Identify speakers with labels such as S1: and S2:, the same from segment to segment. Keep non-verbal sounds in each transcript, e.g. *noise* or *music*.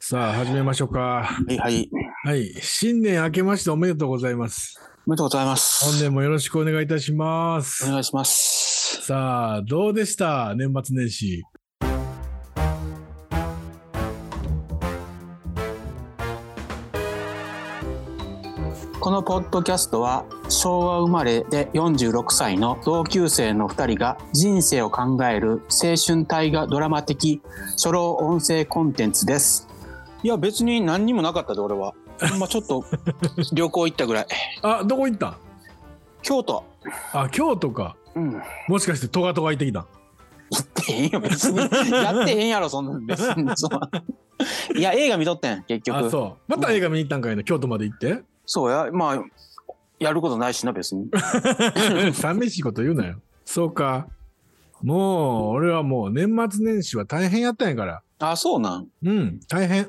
S1: さあ、始めましょうか。
S2: はいはい。
S1: はい。新年明けましておめでとうございます。
S2: おめでとうございます。
S1: 本年もよろしくお願いいたしま
S2: お
S1: す。
S2: 願いします。
S1: さあ、どうでした年末年始。
S2: このポッドキャストは昭和生まれで46歳の同級生の2人が人生を考える青春大河ドラマ的初老音声コンテンツです。いや別に何にもなかったで俺は。ほんまちょっと旅行行ったぐらい。 *laughs*
S1: あ、どこ行った
S2: 京都。
S1: あ、京都か。
S2: うん。行
S1: もしかして、トガトガ行ってきた。
S2: ってへんよ別 *laughs* に。やってへんやろそんなん別に。そんないや映画見とってん結
S1: あ、
S2: 局。そう
S1: そう。また映画見に行ったんかいな。京都まで行って。
S2: やまあやることないしな別に。
S1: *laughs* 寂しいこと言うなよ。そうか。もう、俺はもう年末年始は大変やったんやから。
S2: あそうなん。
S1: うん、大変。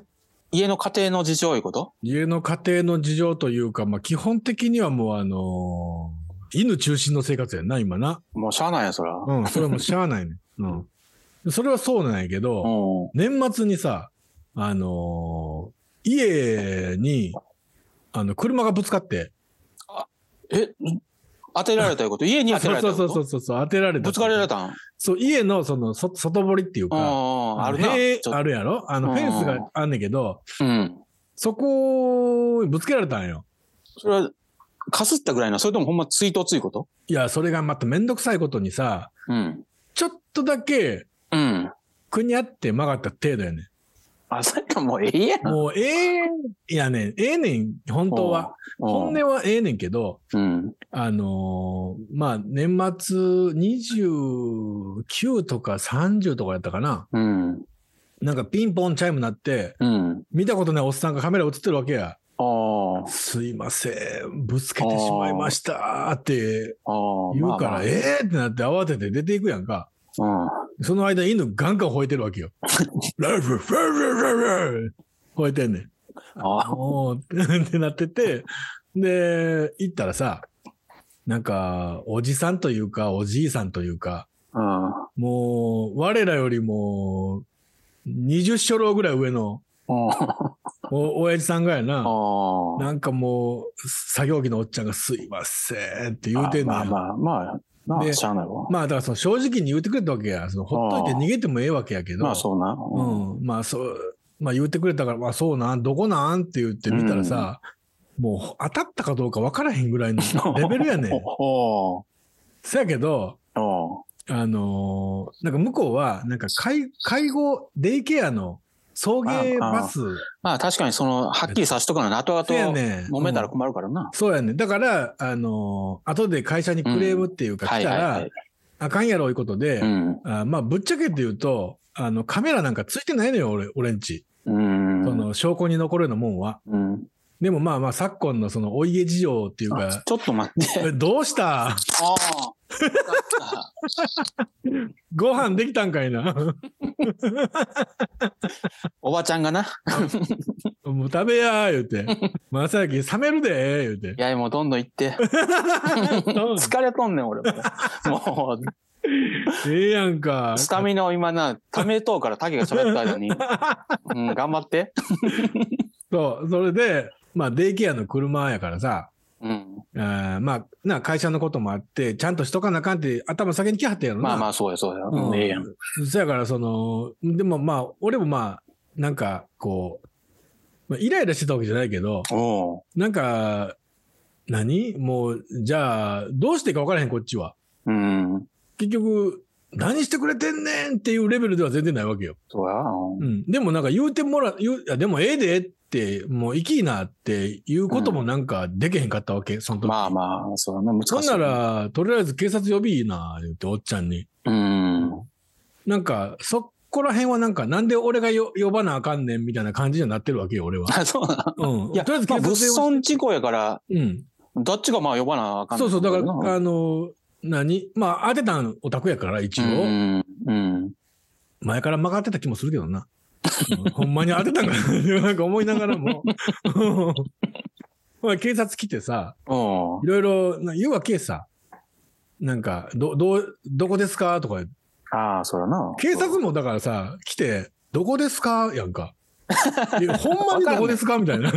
S2: 家の家庭の事情いうこと
S1: 家の家庭の事情というか、まあ、基本的にはもうあのー犬中心の生活やんな、今な。
S2: もうしゃあないやそら。
S1: うん、それは
S2: *laughs*
S1: もうしゃあないね。うん。それはそうなんやけ
S2: う
S1: ど、
S2: ん。
S1: 年末にさ、あのー家に、あの、車がぶつかって、
S2: え当てられたいうこと家に当て
S1: そ
S2: ら
S1: う
S2: れた
S1: そ
S2: いうう
S1: そ
S2: こ
S1: うそ
S2: と
S1: うそうそう、当てられた。
S2: ぶつかれられたんうん
S1: そう、家のその、そ外堀っていう
S2: う
S1: か、
S2: んうん。あるな。
S1: 塀
S2: ちょっと
S1: あるやろあ
S2: う
S1: の、
S2: ん
S1: フェンスがあんねんけど、
S2: うん。
S1: そこ、ぶつけられたんよ。
S2: それは、かすったぐらいな。それともほんま追突いうこと
S1: いや、それがまためんどくさいことにさ、
S2: うん。
S1: ちょっとだけ、
S2: うん。
S1: くにゃって曲がった程度やね
S2: あ、それかもうええや
S1: ん。。
S2: ん
S1: もう、ええいやねん、ええねん、本当は。
S2: うん。
S1: 本音はええねんけど、
S2: うん。
S1: あのーまあ、年末29とか30とかやったかな。
S2: うん。
S1: なんかピンポンチャイム鳴って、
S2: うん。
S1: 見たことないおっさんがカメラ映ってるわけや。
S2: ああ。
S1: すいません、ぶつけてしまいましたって
S2: ああ。
S1: 言うから、
S2: まあまあ
S1: ええーってなって慌てて出ていくやんか。その間犬ガンガン吠えてるわけ
S2: *laughs*
S1: よ。ラフフラフラフラ吠えてんねん。
S2: あー
S1: おー *laughs* ってなってて、で、行ったらさ、なんか、おじさんというか、おじいさんというか、
S2: うん。
S1: もう、我らよりも、20初老ぐらい上の、
S2: うん。
S1: お、親父さんがや
S2: あ
S1: な、
S2: ー
S1: なんかもう、作業着のおっちゃんがすいませんって言うてんねん。
S2: まあまあまあ、まあ、
S1: で
S2: しゃあないわ。
S1: まあだからその正直に言うてくれたわけや。そのほっといて逃げてもええわけやけど、
S2: まあ、そうな。
S1: うん、まあそう、まあ言ってくれたから、まあそうなん、どこなんって言ってみたらさ、もう当たったかどうか分からへんぐらいのレベルやねん。
S2: おお
S1: そやけど、
S2: お
S1: あのーなんか向こうは、なんか介介護、デイケアの送迎バス。
S2: まあ確かにその、はっきりさしとかない後々
S1: そうやねん。
S2: 揉めたら
S1: うん
S2: 困るからな。
S1: そうやねん。だから、あのー後で会社にクレームっていうか
S2: は
S1: 来
S2: い
S1: た
S2: はいは
S1: ら
S2: い、。
S1: あかんやろいうことで、
S2: うん。
S1: あまあぶっちゃけて言うと、あのカメラなんかついてないのよ、俺、俺んち。
S2: うん。
S1: その証拠に残るようなもんは。
S2: うん、
S1: でもまあまあ昨今のそのお家事情っていう
S2: あ *laughs*
S1: か、
S2: ちょっと待って。
S1: *laughs* えどうした
S2: ああ。よかっ
S1: ご飯できたんかい
S2: *laughs*
S1: な。
S2: たおばちゃんがな。
S1: もう食べやー言うて。まさき冷めるでー言う
S2: いや、もうどんどん
S1: *laughs*
S2: 行って。
S1: て。どう
S2: 疲れとんねん、俺
S1: *laughs*
S2: も。も
S1: ええやんか
S2: う、。スタミナを今な、ためとうから竹が喋った
S1: *laughs*
S2: 間に。うん、頑張って。
S1: そう、それで、まあデイケアの車やからさ、
S2: うん。
S1: あーまあ、な会社のこともあって、ちゃんとしとかなあかんって頭先に来はったやろな。
S2: まあまあ、そうや、そうや。うん、ええやん。
S1: うん。そやから、その、でもまあ、俺もまあ、なんか、こう、まあ、イライラしてたわけじゃないけど、
S2: おう
S1: なんか、何もう、じゃあ、どうしていいか分からへん、こっちは。
S2: うん。
S1: 結局、何してくれてんねんっていうレベルでは全然ないわけよ。
S2: そうや。うん
S1: うん。でもなんか言うてもら、言う、いやでもええでって、もう生きいなっていうこともなんかできへんかったわけ、その時。
S2: まあまあ、そうやな、難しい。
S1: そんな、ら、とりあえず警察呼びいいな、言って、おっちゃんに。
S2: うん。
S1: なんか、そこら辺はなんか、なんで俺がよ呼ばなあかんねんみたいな感じになってるわけよ、俺は。
S2: あ、そうな。
S1: うん。
S2: いや、
S1: とりあえず警
S2: まあ、
S1: 察
S2: 物
S1: 呼
S2: 損事故やから、
S1: び、うん。
S2: どっちがまあ呼ばなあかん
S1: そうそう、だから、
S2: ら、
S1: あの、何まあ、当てたんオタクやから、一
S2: う
S1: 応。
S2: ん。うん。
S1: 前から曲がってた気もするけどな。うんほんまに当てたんかな *laughs* なんか思いながらも。 *laughs* まあ、警察来てさ、
S2: おう
S1: いろいろな言うわけさ。なんか、ど、どう、どこですかとか言う。
S2: ああ、そうやな。
S1: 警察もだからさ、来て、どこですかやんか。えほんまにどこですかみ
S2: *laughs*
S1: たいな。え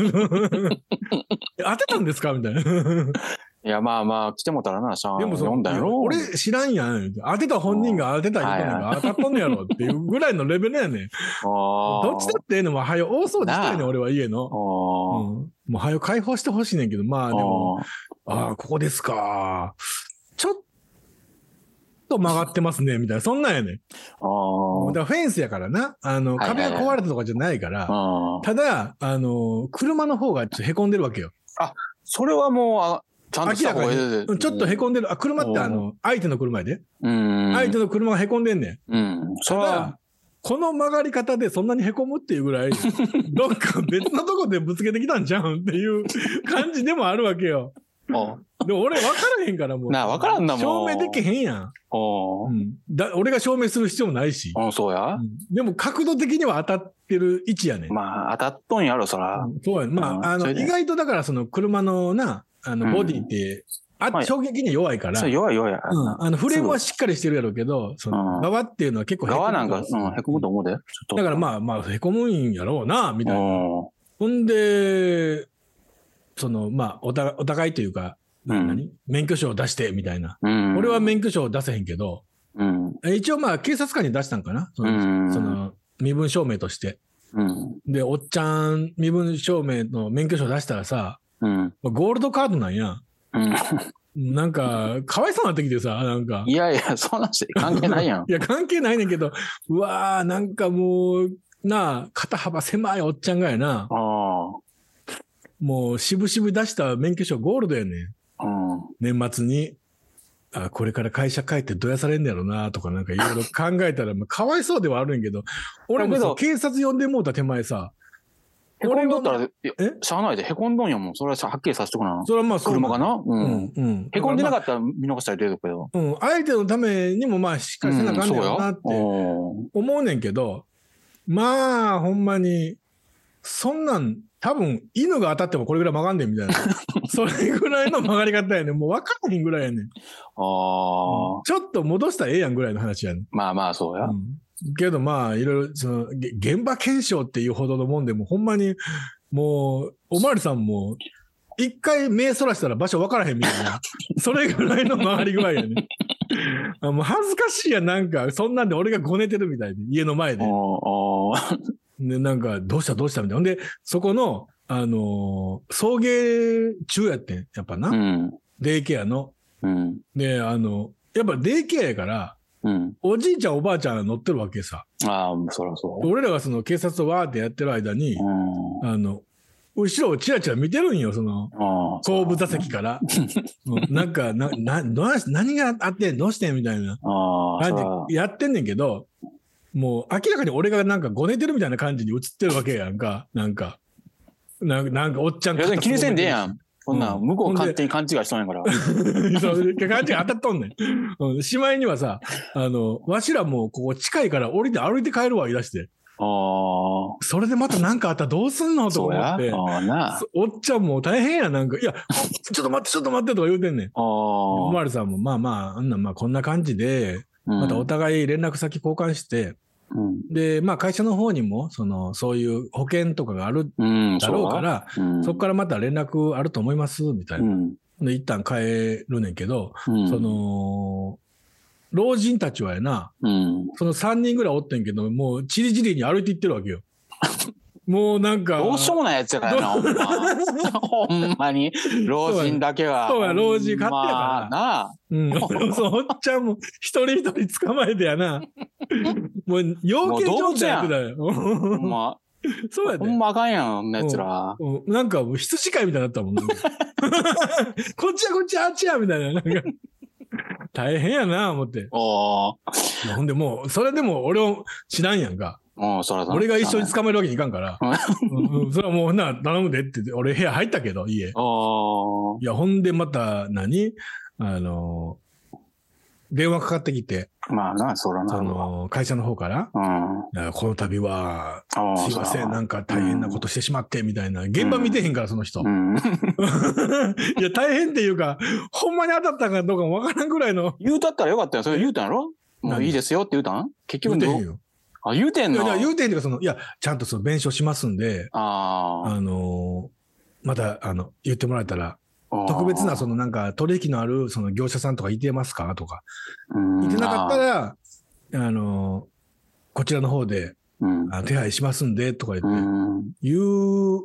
S1: 当てたんですかみたいな。
S2: いや、まあまあ、来てもたらな、しゃあ。
S1: でもそ
S2: 読んだやろ。
S1: 俺知らんやん。当てた本人が当てた人なんか当たっとんの
S2: *laughs*
S1: やろっていうぐらいのレベルやねん。ど
S2: ど
S1: っちだってええのも、はよ、大掃除したいね、
S2: なんあ
S1: 俺は家の。うん
S2: あ
S1: もうはよ解放してほしいねんけど、まあ
S2: あ。
S1: でも、ああ、ここですか。ちょっと曲がってますね、みたいな。そんなんやねん。
S2: あ
S1: だからフェンスやからな。あの、
S2: はいはい
S1: 壁
S2: はい
S1: が壊れたとかじゃないから。
S2: あ。
S1: ただ、あの、車の方がちょっと凹んでるわけよ。
S2: それはもう、あちゃんとした方がいい
S1: うんちょっと凹んでる。あ、車ってあの、相手の車やで。
S2: うん。
S1: 相手の車が凹んでんねん。
S2: うん。そ
S1: た
S2: れは
S1: だ、、この曲がり方でそんなに凹むっていうぐ
S2: *laughs*
S1: らい、どっか別のとこでぶつけてきたんじゃうんっていう感じでもあるわけよ。
S2: お
S1: でも俺分からへんからもう。
S2: なあ分からんなもん
S1: 証明できへんやん。
S2: お
S1: うんだ俺が証明する必要もないし。
S2: うん、そうや
S1: う。んでも角度的には当たってる位置やねん。
S2: まあ、当たっとんやろ、そら。
S1: うんそうやねま
S2: うん
S1: あ、あ
S2: そ
S1: の、
S2: れで
S1: 意外とだからその車のな、あ
S2: う
S1: の、
S2: ん
S1: ボディって、
S2: は
S1: あ、
S2: い
S1: 衝撃に弱いから。
S2: そう、弱い弱い。
S1: うん、あのフレームはしっかりしてるやろうけど、そ
S2: うん
S1: の側っていうのは結構
S2: 側なんか、うん、へこむと思うで。ちょっと
S1: だからまあまあ、へこむんやろうな、みたいな。
S2: お
S1: ほんで、その、まあ、おたお互いというか、な
S2: うん
S1: 何免許証を出して、みたいな。
S2: うん。
S1: 俺は免許証を出せへんけど、
S2: うん。
S1: え一応まあ、警察官に出したんかなそ
S2: うん
S1: の、その身分証明として。
S2: うん。
S1: で、おっちゃん、身分証明の免許証出したらさ、
S2: うん。
S1: まあゴールドカードなんや。
S2: うん。
S1: なんか、かわいそうになってきてさ、なんか。
S2: いやいや、そんなんして関係ないやん。
S1: いや、関係ないねんけど、うわー、なんかもう、なあ、肩幅狭いおっちゃんがやな、
S2: あ
S1: もう、しぶしぶ出した免許証ゴールドやねん。
S2: あ。うん。
S1: 年末に、あ、これから会社帰ってどやされんねやろな、とかなんかいろいろ考えたら、まあ、かわいそうではあるんやけど、俺も
S2: だけ
S1: さ
S2: ど
S1: 警察呼んでもうた手前さ、
S2: へこんどったら、いや
S1: え
S2: しゃあないで、へこんどんやもん。それはさ、はっきりさせてこな。
S1: それはまあそう、
S2: 車かなう
S1: うんん。、うん。
S2: へこんでな
S1: っ
S2: かったら見逃したら出るけど。
S1: た。うん、相手のためにもまあ、しっかりせなあかんねやろなって
S2: うん
S1: 思うねんけど、まあ、ほんまに、そんなん、多分、犬が当たってもこれぐらい曲がんねんみた
S2: *laughs*
S1: いな。それぐらいの曲がり方やねん。もう分からへんぐらいやねん。
S2: ああ。
S1: ちょっと戻したらええやんぐらいの話やねん。
S2: まあまあ、そうや。
S1: うんけどまあ、いろいろ、その、げ現場検証っていうほどのもんでも、ほんまに、もう、おまわりさんも、一回目そらしたら場所分からへんみたい
S2: *laughs*
S1: な。それぐらいの回り具合やねん。あもう恥ずかしいやん、なんか。そんなんで俺がごねてるみたいで、家の前で。
S2: おー
S1: で、なんか、どうしたどうしたみたいな。ほんで、そこの、あのー送迎中やってん、やっぱな。
S2: おーうん。
S1: デイケアの。
S2: うん。
S1: で、あの、やっぱデイケアやから、
S2: うん。
S1: おじいちゃんおばあちゃんが乗ってるわけさ。
S2: ああ、そりゃそう。
S1: 俺らがその警察とわーってやってる間に
S2: う、ん。
S1: あの、後ろをチラチラ見てるんよ、その、
S2: ああ。
S1: 後部座席
S2: *laughs*
S1: から。うんなんか、な、な、どうし何があってんどうしてんみたいな
S2: ああ。そりゃ
S1: 感じでやってんねんけど、もう明らかに俺がなんかごねてるみたいな感じに映ってるわけやんか、なんか。なんか、なんかお
S2: *laughs*
S1: っちゃん
S2: いや、でも気にせんでええやん。そんな、
S1: うん
S2: 向こう勝手に勘違いしとんやから。
S1: そう感じが当たっとんねん。うん、しまいにはさ、あの、わしらもうここ近いから降りて歩いて帰るわ、言い出して。
S2: *laughs* ああ。
S1: それでまたなんかあったらどうすんのと
S2: *laughs* そうや。
S1: か思
S2: あ
S1: って。
S2: あ、なあ。
S1: そおっちゃんもう大変や、なんか。い
S2: *laughs*
S1: や、ちょっと待って、ちょっと待ってとか言うてんねん。
S2: あ
S1: お
S2: あ。
S1: まわりさんも、まあまあ、あんな、まあこんな感じで、
S2: ま
S1: またお互い連絡先交換して、
S2: うん。
S1: で、まあ会社の方にも、その、そういう保険とかがある
S2: うん、
S1: だ
S2: そ
S1: ろ
S2: う
S1: うか
S2: や。
S1: ら、
S2: うん
S1: そこからまた連絡あると思います、みたいうな。
S2: ん。
S1: で、一旦帰るねんけど、
S2: うん
S1: そ、の、老人たちはやな、
S2: うん。
S1: その3人ぐらいおってんけど、もう、ちりじりに歩いていってるわけよ。もうなんか、
S2: どうしようもないやつやから
S1: *laughs*
S2: な、ほんま。ほんまに。老人だけは。
S1: そうや老人勝手やから
S2: ほんまなあ。
S1: うん、
S2: *laughs*
S1: *laughs* そうおっちゃんも一人一人捕まえてやな。もう、要件状態やってた
S2: ほ
S1: よ。
S2: んま、
S1: *laughs* そうやで
S2: ほ。んまあかんやん、あんなやつら。
S1: うんなんかもう羊飼いみたいになったもん、
S2: *laughs*
S1: ね、こっちやこっちやあっちやみたいな。なんか大変やな、思って。
S2: おー
S1: ほんでもう、それでも俺を知らんやんか。
S2: うん、そらそら。
S1: 俺が一緒に捕まえるわけにいかんから。うんうんそれはもうほんなら頼むでって言って、俺部屋入ったけど、家。
S2: おー
S1: いや、ほんでまた何、あの電話かかってきて、
S2: まあな、そらな。
S1: その、会社の方から、
S2: うん。
S1: いやこの度は、
S2: あー
S1: すいません、
S2: そら
S1: なんか大変なことしてしまって、みたいな。現場見てへんから、その人
S2: う。ん。
S1: いや、大変っていうか、ほんまに当たったんかどうかもわからんぐらいの。
S2: 言うたったらよかったよ。それ言うたんやろもう
S1: 何
S2: *laughs* いいですよって言うたん結局
S1: 言うてへん
S2: どう
S1: よ。
S2: あ、言うてん
S1: いや
S2: の
S1: いや言うてんっていうか、その、いや、ちゃんとその弁償しますんで、
S2: あ
S1: あのーまた、あの、言ってもらえたら、
S2: あ。
S1: 特別な、そのなんか、取引のある、その業者さんとかいてますかとか、
S2: の
S1: いてなかった、ら、あのーこちらの方で、
S2: うん
S1: あ手配しますんで、とか
S2: う
S1: 言って、
S2: ん。
S1: 言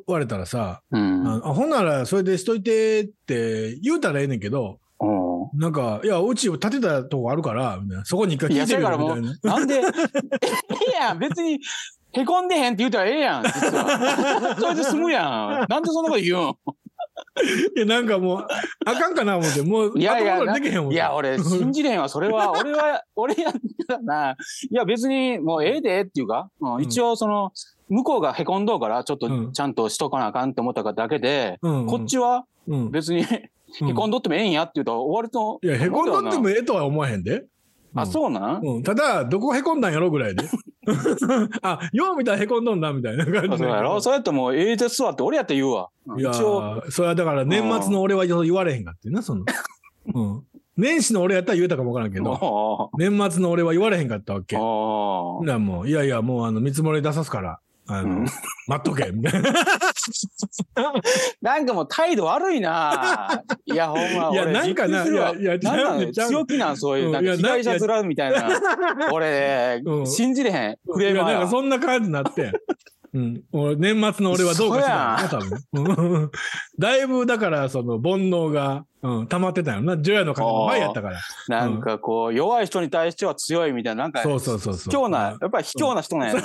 S1: われたらさ、
S2: うん。
S1: ああほんなら、それでしといてって言うたらええねんけど、
S2: おう
S1: なんか、いや、うち建てたとこあるから、みたいなそこに一回聞いてみ
S2: いや
S1: よ
S2: それから
S1: み
S2: も
S1: たい
S2: う
S1: な。
S2: なんで、え *laughs* えやん、別に、へこんでへんって言うたらええやん、実は。それで済むやん。なんでそんなこと言うん
S1: *laughs* いや、なんかもう、あかんかな思って、もう、
S2: いやいや
S1: 後戻りできへんもん。
S2: いや、俺、信じれへんわ。そ
S1: *laughs*
S2: れは、俺は、俺やったらな、いや、別に、もうええでっていうか、うん
S1: うん
S2: 一応、その、向こうがへこんどうから、ちょっ
S1: う
S2: と、
S1: ん
S2: ちゃんとしとかなあかんって思っただけで、
S1: うん、
S2: こっちは、
S1: うん、うん、
S2: 別に、へこんどってもええんやって言うと、終わると。
S1: いや、へこんどっても
S2: え
S1: ええとは思わへんで。
S2: あ、そうなん
S1: うん、ただ、どこへこんだんやろぐらいで。 *laughs* あ、よう見たらへこんどんだみたいな感じ
S2: あそうやろそうやってもうええですわって俺やって言うわ。うん
S1: い
S2: 一
S1: や
S2: 応、
S1: ー、それはだから年末の俺は言われへんかっていうな、そ
S2: *laughs*
S1: の。うん。年始の俺やったら言えたかもわからんけど、
S2: おう
S1: 年末の俺は言われへんかったわけ。だか
S2: おう
S1: らもう、いやいや、もうあの見積もり出さすから、あの、
S2: うん
S1: 待っ
S2: *laughs*
S1: とけ、みたいな。
S2: なんかもう態度悪
S1: *laughs*
S2: いな。いや、ほんま、
S1: いや
S2: 俺
S1: なんかな
S2: びっくりするわ
S1: いやいやちゃう
S2: なんな
S1: ね
S2: の
S1: ちゃう
S2: 強気なん、そういうう、
S1: ん
S2: なんか被害者面みたいな。 *laughs* 俺
S1: う、ん
S2: 信じれへん。クレ
S1: い
S2: ー
S1: や、
S2: マー
S1: な
S2: や
S1: んかそんな感じにな
S2: *laughs*
S1: って。うん、俺年末の俺はどうかしてたんやな多分、うん、だいぶだからその煩悩が、うん、溜まってたんやろな除夜の鐘の前やったから
S2: なんかこう、弱い人に対しては強いみたいな、なんか、
S1: そうそうそうそう
S2: 卑怯な、やっぱり卑怯な人なんやな。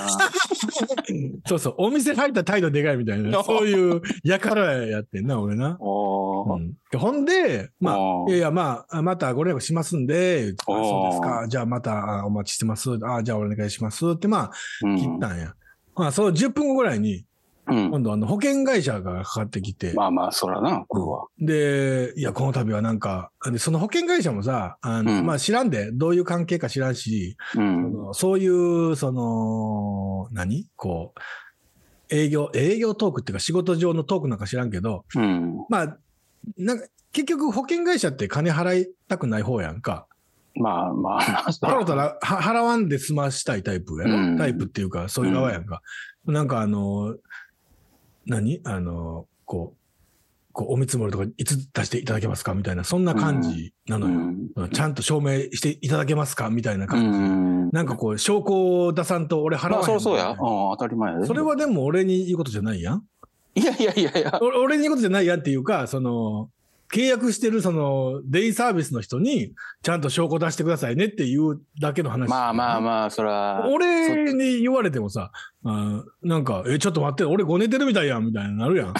S1: そうそうお店入った態度でかいみたい
S2: *laughs*
S1: なそういうやからやってんな俺な、
S2: お
S1: う
S2: ー
S1: ん、でほんでまあ
S2: お
S1: いやい
S2: ー
S1: やまああまたご連絡しますんであ
S2: おー
S1: そうですかじゃあまたあお待ちしてますあじゃあお願いしますってまあ
S2: うん
S1: 切ったんや、まあその10分後ぐらいに
S2: うん
S1: 今度あの保険会社がかかってきて、
S2: まあまあ、そらな、これは。
S1: で、いや、この度はなんか、でその保険会社もさ、あの
S2: うん
S1: まあ知らんで、どういう関係か知らんし、
S2: う
S1: そ
S2: ん。
S1: のそういう、その、何こう、営業、営業トークっていうか仕事上のトークなんか知らんけど、
S2: うん。
S1: まあ、なんか、結局保険会社って金払いたくない方やんか。
S2: まあまあ、そ
S1: 払
S2: ら
S1: うたら、は払わんで済ましたいタイプやろ、
S2: うん
S1: タイプっていうか、そういう側やんか。なんかあの、何あの、こう、こうお見積もりとかいつ出していただけますかみたいな、そんな感じなのよ。
S2: うん
S1: うんちゃんと証明していただけますかみたいな
S2: う
S1: 感じ。
S2: ん。
S1: なんかこう、証拠を出さんと俺払わへん
S2: まあ、そうそうや。
S1: み
S2: うん
S1: たいな、
S2: 当たり前やで。
S1: それはでも俺に言うことじゃないやん。
S2: いやいやいやいや。
S1: 俺俺に言うことじゃないやんっていうか、その、契約してるその、デイサービスの人に、ちゃんと証拠出してくださいねっていうだけの話。
S2: まあまあまあ、そら。
S1: 俺に言われてもさ、あなんか、え、ちょっと待って、俺ご寝てるみたいやん、みたいになるや
S2: *laughs*
S1: ん。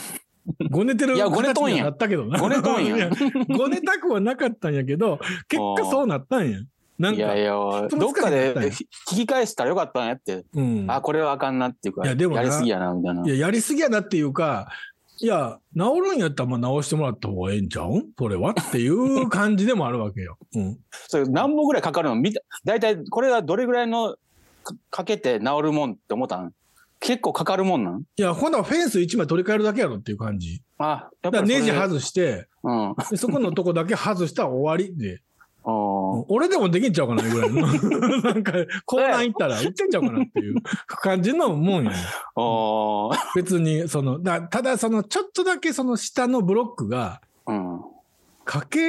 S1: ご寝てる
S2: いやごねとんや
S1: 形には
S2: ん
S1: なったけどな。
S2: ごねとんや
S1: い
S2: ん
S1: *laughs* ご寝たくはなかったんやけど、結果そうなったんや。なん
S2: い
S1: か、
S2: やいや、
S1: 質
S2: ど
S1: 問
S2: っ
S1: つか
S2: か
S1: へんか
S2: で
S1: ったんや
S2: ひ聞き返したらよかったんやって。
S1: うん。
S2: あ、これはあかんなっていうか、
S1: いやでもな
S2: やりすぎやな、みたいな。
S1: いや、やりすぎやなっていうか、いや、治るんやったらまあ直してもらった方がええんちゃうんそれはっていう感じでもあるわけよ。うん。
S2: それ何本ぐらいかかるのみた大体、これはどれぐらいのかかけて治るもんって思ったん結構かかるもんなん
S1: いや、ほなフェンス1枚取り替えるだけやろっていう感じ。
S2: あ、
S1: だ
S2: や
S1: か
S2: っぱ
S1: ら
S2: り
S1: ネジ
S2: ず。
S1: 外して、
S2: うん。
S1: でそこのとこだけ外したら終わりで。
S2: おー
S1: 俺でもできんちゃうかなぐらい *laughs* の。なんか、コーナー行ったら行ってんちゃうかなっていう感じのもんやね。
S2: おー
S1: 別に、その、だただその、ちょっとだけその下のブロックが、
S2: うん。
S1: かけ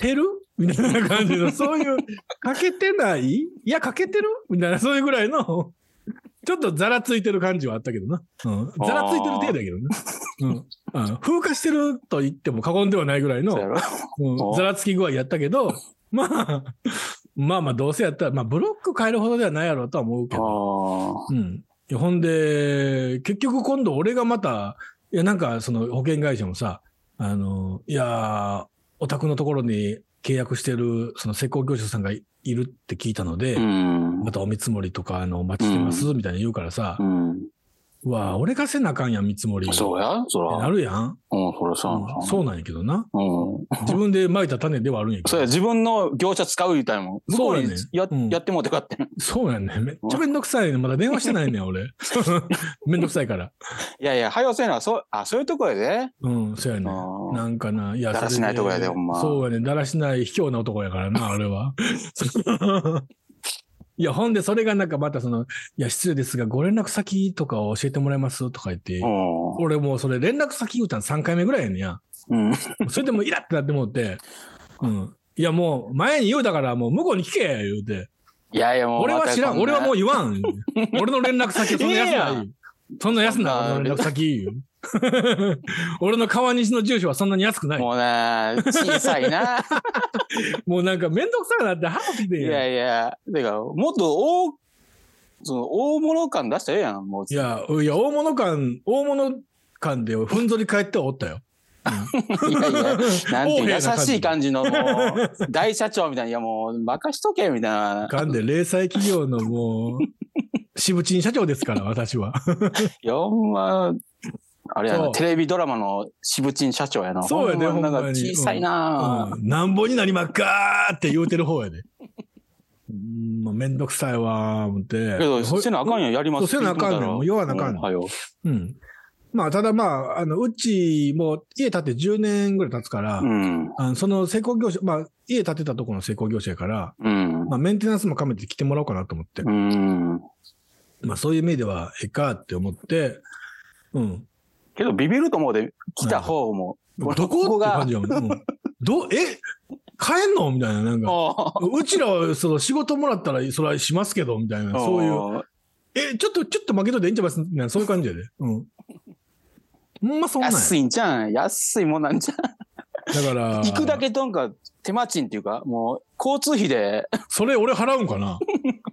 S1: てるみたいな感じの、そういう、かけてないいや、かけてるみたいな、そういうぐらいの、ちょっとざらついてる感じはあったけどな。うん。ざらついてる程度だけどね。うんあ。風化してると言っても過言ではないぐらい
S2: そうや
S1: の、
S2: ろ
S1: うんざらつき具合やったけど、 *laughs* まあ、まあまあ、どうせやったら、まあ、ブロック変えるほどではないやろうとは思うけど。
S2: お
S1: う
S2: ー
S1: ん。いやほんで、結局今度俺がまた、いや、なんかその保険会社もさ、あの、いやー、お宅のところに契約してる、その施工業者さんがいいるって聞いたので、
S2: うん
S1: ま。たお見積もりとか、あの、お待ちしてます、みたいな言うからさ
S2: う、ん。
S1: うわあ俺がせなあかんやん、見積もり。
S2: そうやそ
S1: ってな
S2: ら。
S1: るやん。
S2: うん、そらさ。
S1: うんそうなんやけどな。
S2: うん。
S1: 自分で蒔いた種ではあるんやけ
S2: そうや、
S1: ど。
S2: 自分の業者使うみたいもん。向こ
S1: そう
S2: う
S1: や
S2: に
S1: ね
S2: や
S1: うん
S2: やってもうてよか *laughs* ったよ
S1: そうやねん。めっちゃめんどくさいねん。まだ電話してないねん、俺。 *laughs* めんどくさいから。
S2: いやいや、はよせな、そう、あ、そういうとこやで。
S1: うん、そうやね
S2: あー
S1: ん。なんかな、いや、
S2: だらし
S1: それ
S2: ないとこやでほんま
S1: *laughs*
S2: *laughs*
S1: そうやねんだらしない卑怯な男やからな、俺は。いや、ほんで、それがなんかまたその、いや、失礼ですが、ご連絡先とかを教えてもらえますとか言って、
S2: おー
S1: 俺もうそれ連絡先言うたん3回目ぐらいやねんや。
S2: うん。
S1: それでもうイラってなってもうて、うん。いや、もう前に言うだから、もう向こうに聞け言うて。
S2: いやいやもう。
S1: 俺は知らん。俺はもう
S2: う。
S1: 言わ
S2: *laughs*
S1: ん。言うて俺の連絡先はそんな安
S2: いいや
S1: ない
S2: ん。
S1: そんな安ない。俺
S2: そんな
S1: の連絡先言う。 *laughs* 俺の川西の住所はそんなに安くない。
S2: もうな、小さいな。
S1: *laughs* もうなんかめんどくさくなって腹立ってきてん
S2: い
S1: や
S2: やいや、てか、もっと大、その大物感出したらええやん、もう。
S1: いや、いや、大物感、大物感でふんぞり返ってはおったよ。
S2: いやいや、
S1: *laughs*
S2: なんていう
S1: 横
S2: 優
S1: 柄な感じ
S2: しい感じの、
S1: *laughs*
S2: もう、大社長みたいな、いやもう、任しとけ、みたいな。
S1: かんで、零細企業のもう、渋賃社長ですから、私は。
S2: いや、ほんま、あれや
S1: そ
S2: な、
S1: う
S2: テレビドラマの渋鎮社長やな。
S1: そうやで
S2: ほんま
S1: ほ
S2: なんん
S1: ま
S2: か
S1: に
S2: 小さいな、
S1: うんなんぼになりまっかーって言うてる方やで。うん、もうめんどくさいわー、思って。
S2: けど、せなあかんやん、やります
S1: そうせなあかんねんもう言わなあかんねん
S2: はよ。
S1: うん。まあ、ただまあ、あの、うちもう家建て10年ぐらい経つから、
S2: うん。
S1: あのその施工業者、まあ、家建てたところの施工業者やから、
S2: うん。
S1: まあ、メンテナンスも兼ねて来てもらおうかなと思って。
S2: うん。
S1: まあ、そういう目ではええかって思って、うん。
S2: けど、ビビると思うで、来た方も。
S1: どこって感じやもん。うんど、え帰んのみたいな、なんか。
S2: そう
S1: ちらは、その、仕事もらったら、それはしますけど、みたいな、そういう。
S2: う。
S1: え、ちょっと、ちょっと負けといていいんちゃいますみたいな、そういう感じやで。うん。ほんまそんなんや。
S2: 安いんじゃん。安いもんなんじゃん。
S1: だから、
S2: 行くだけとんか、手間賃っていうか、もう、交通費で、
S1: それ俺払うんかな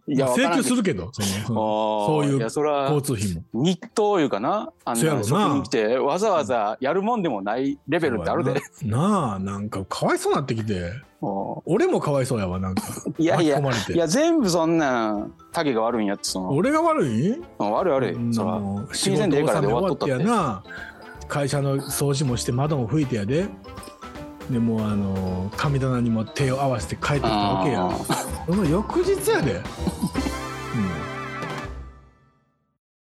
S2: いや、わか
S1: 請
S2: らん
S1: 求
S2: けど
S1: するけど、その、その
S2: そ
S1: そういう
S2: いや、それは、
S1: 交通費も。
S2: 日当いうかな、あ
S1: そやろ
S2: の、
S1: な
S2: そこに来て、わざわざやるもんでもないレベルってあるで。
S1: ななあ、 *laughs* なんか、かわいそうなってきて。
S2: も
S1: 俺もかわいそうやわ、なんか。
S2: ういやいや
S1: 巻き込、まれて
S2: いや、全部そんなん、影が悪いんやって、その、
S1: 俺が悪い
S2: うん悪い悪い、そら、
S1: もう仕
S2: 新
S1: 事
S2: 鮮
S1: 納
S2: でえ
S1: め
S2: えから
S1: 終
S2: で終
S1: わ
S2: わ
S1: っ
S2: っと
S1: て
S2: った
S1: や
S2: って
S1: な会社の掃除もして窓も拭いてやででもうあの神棚にも手を合わせて帰ってきたわけや
S2: あー
S1: その翌日やで、うん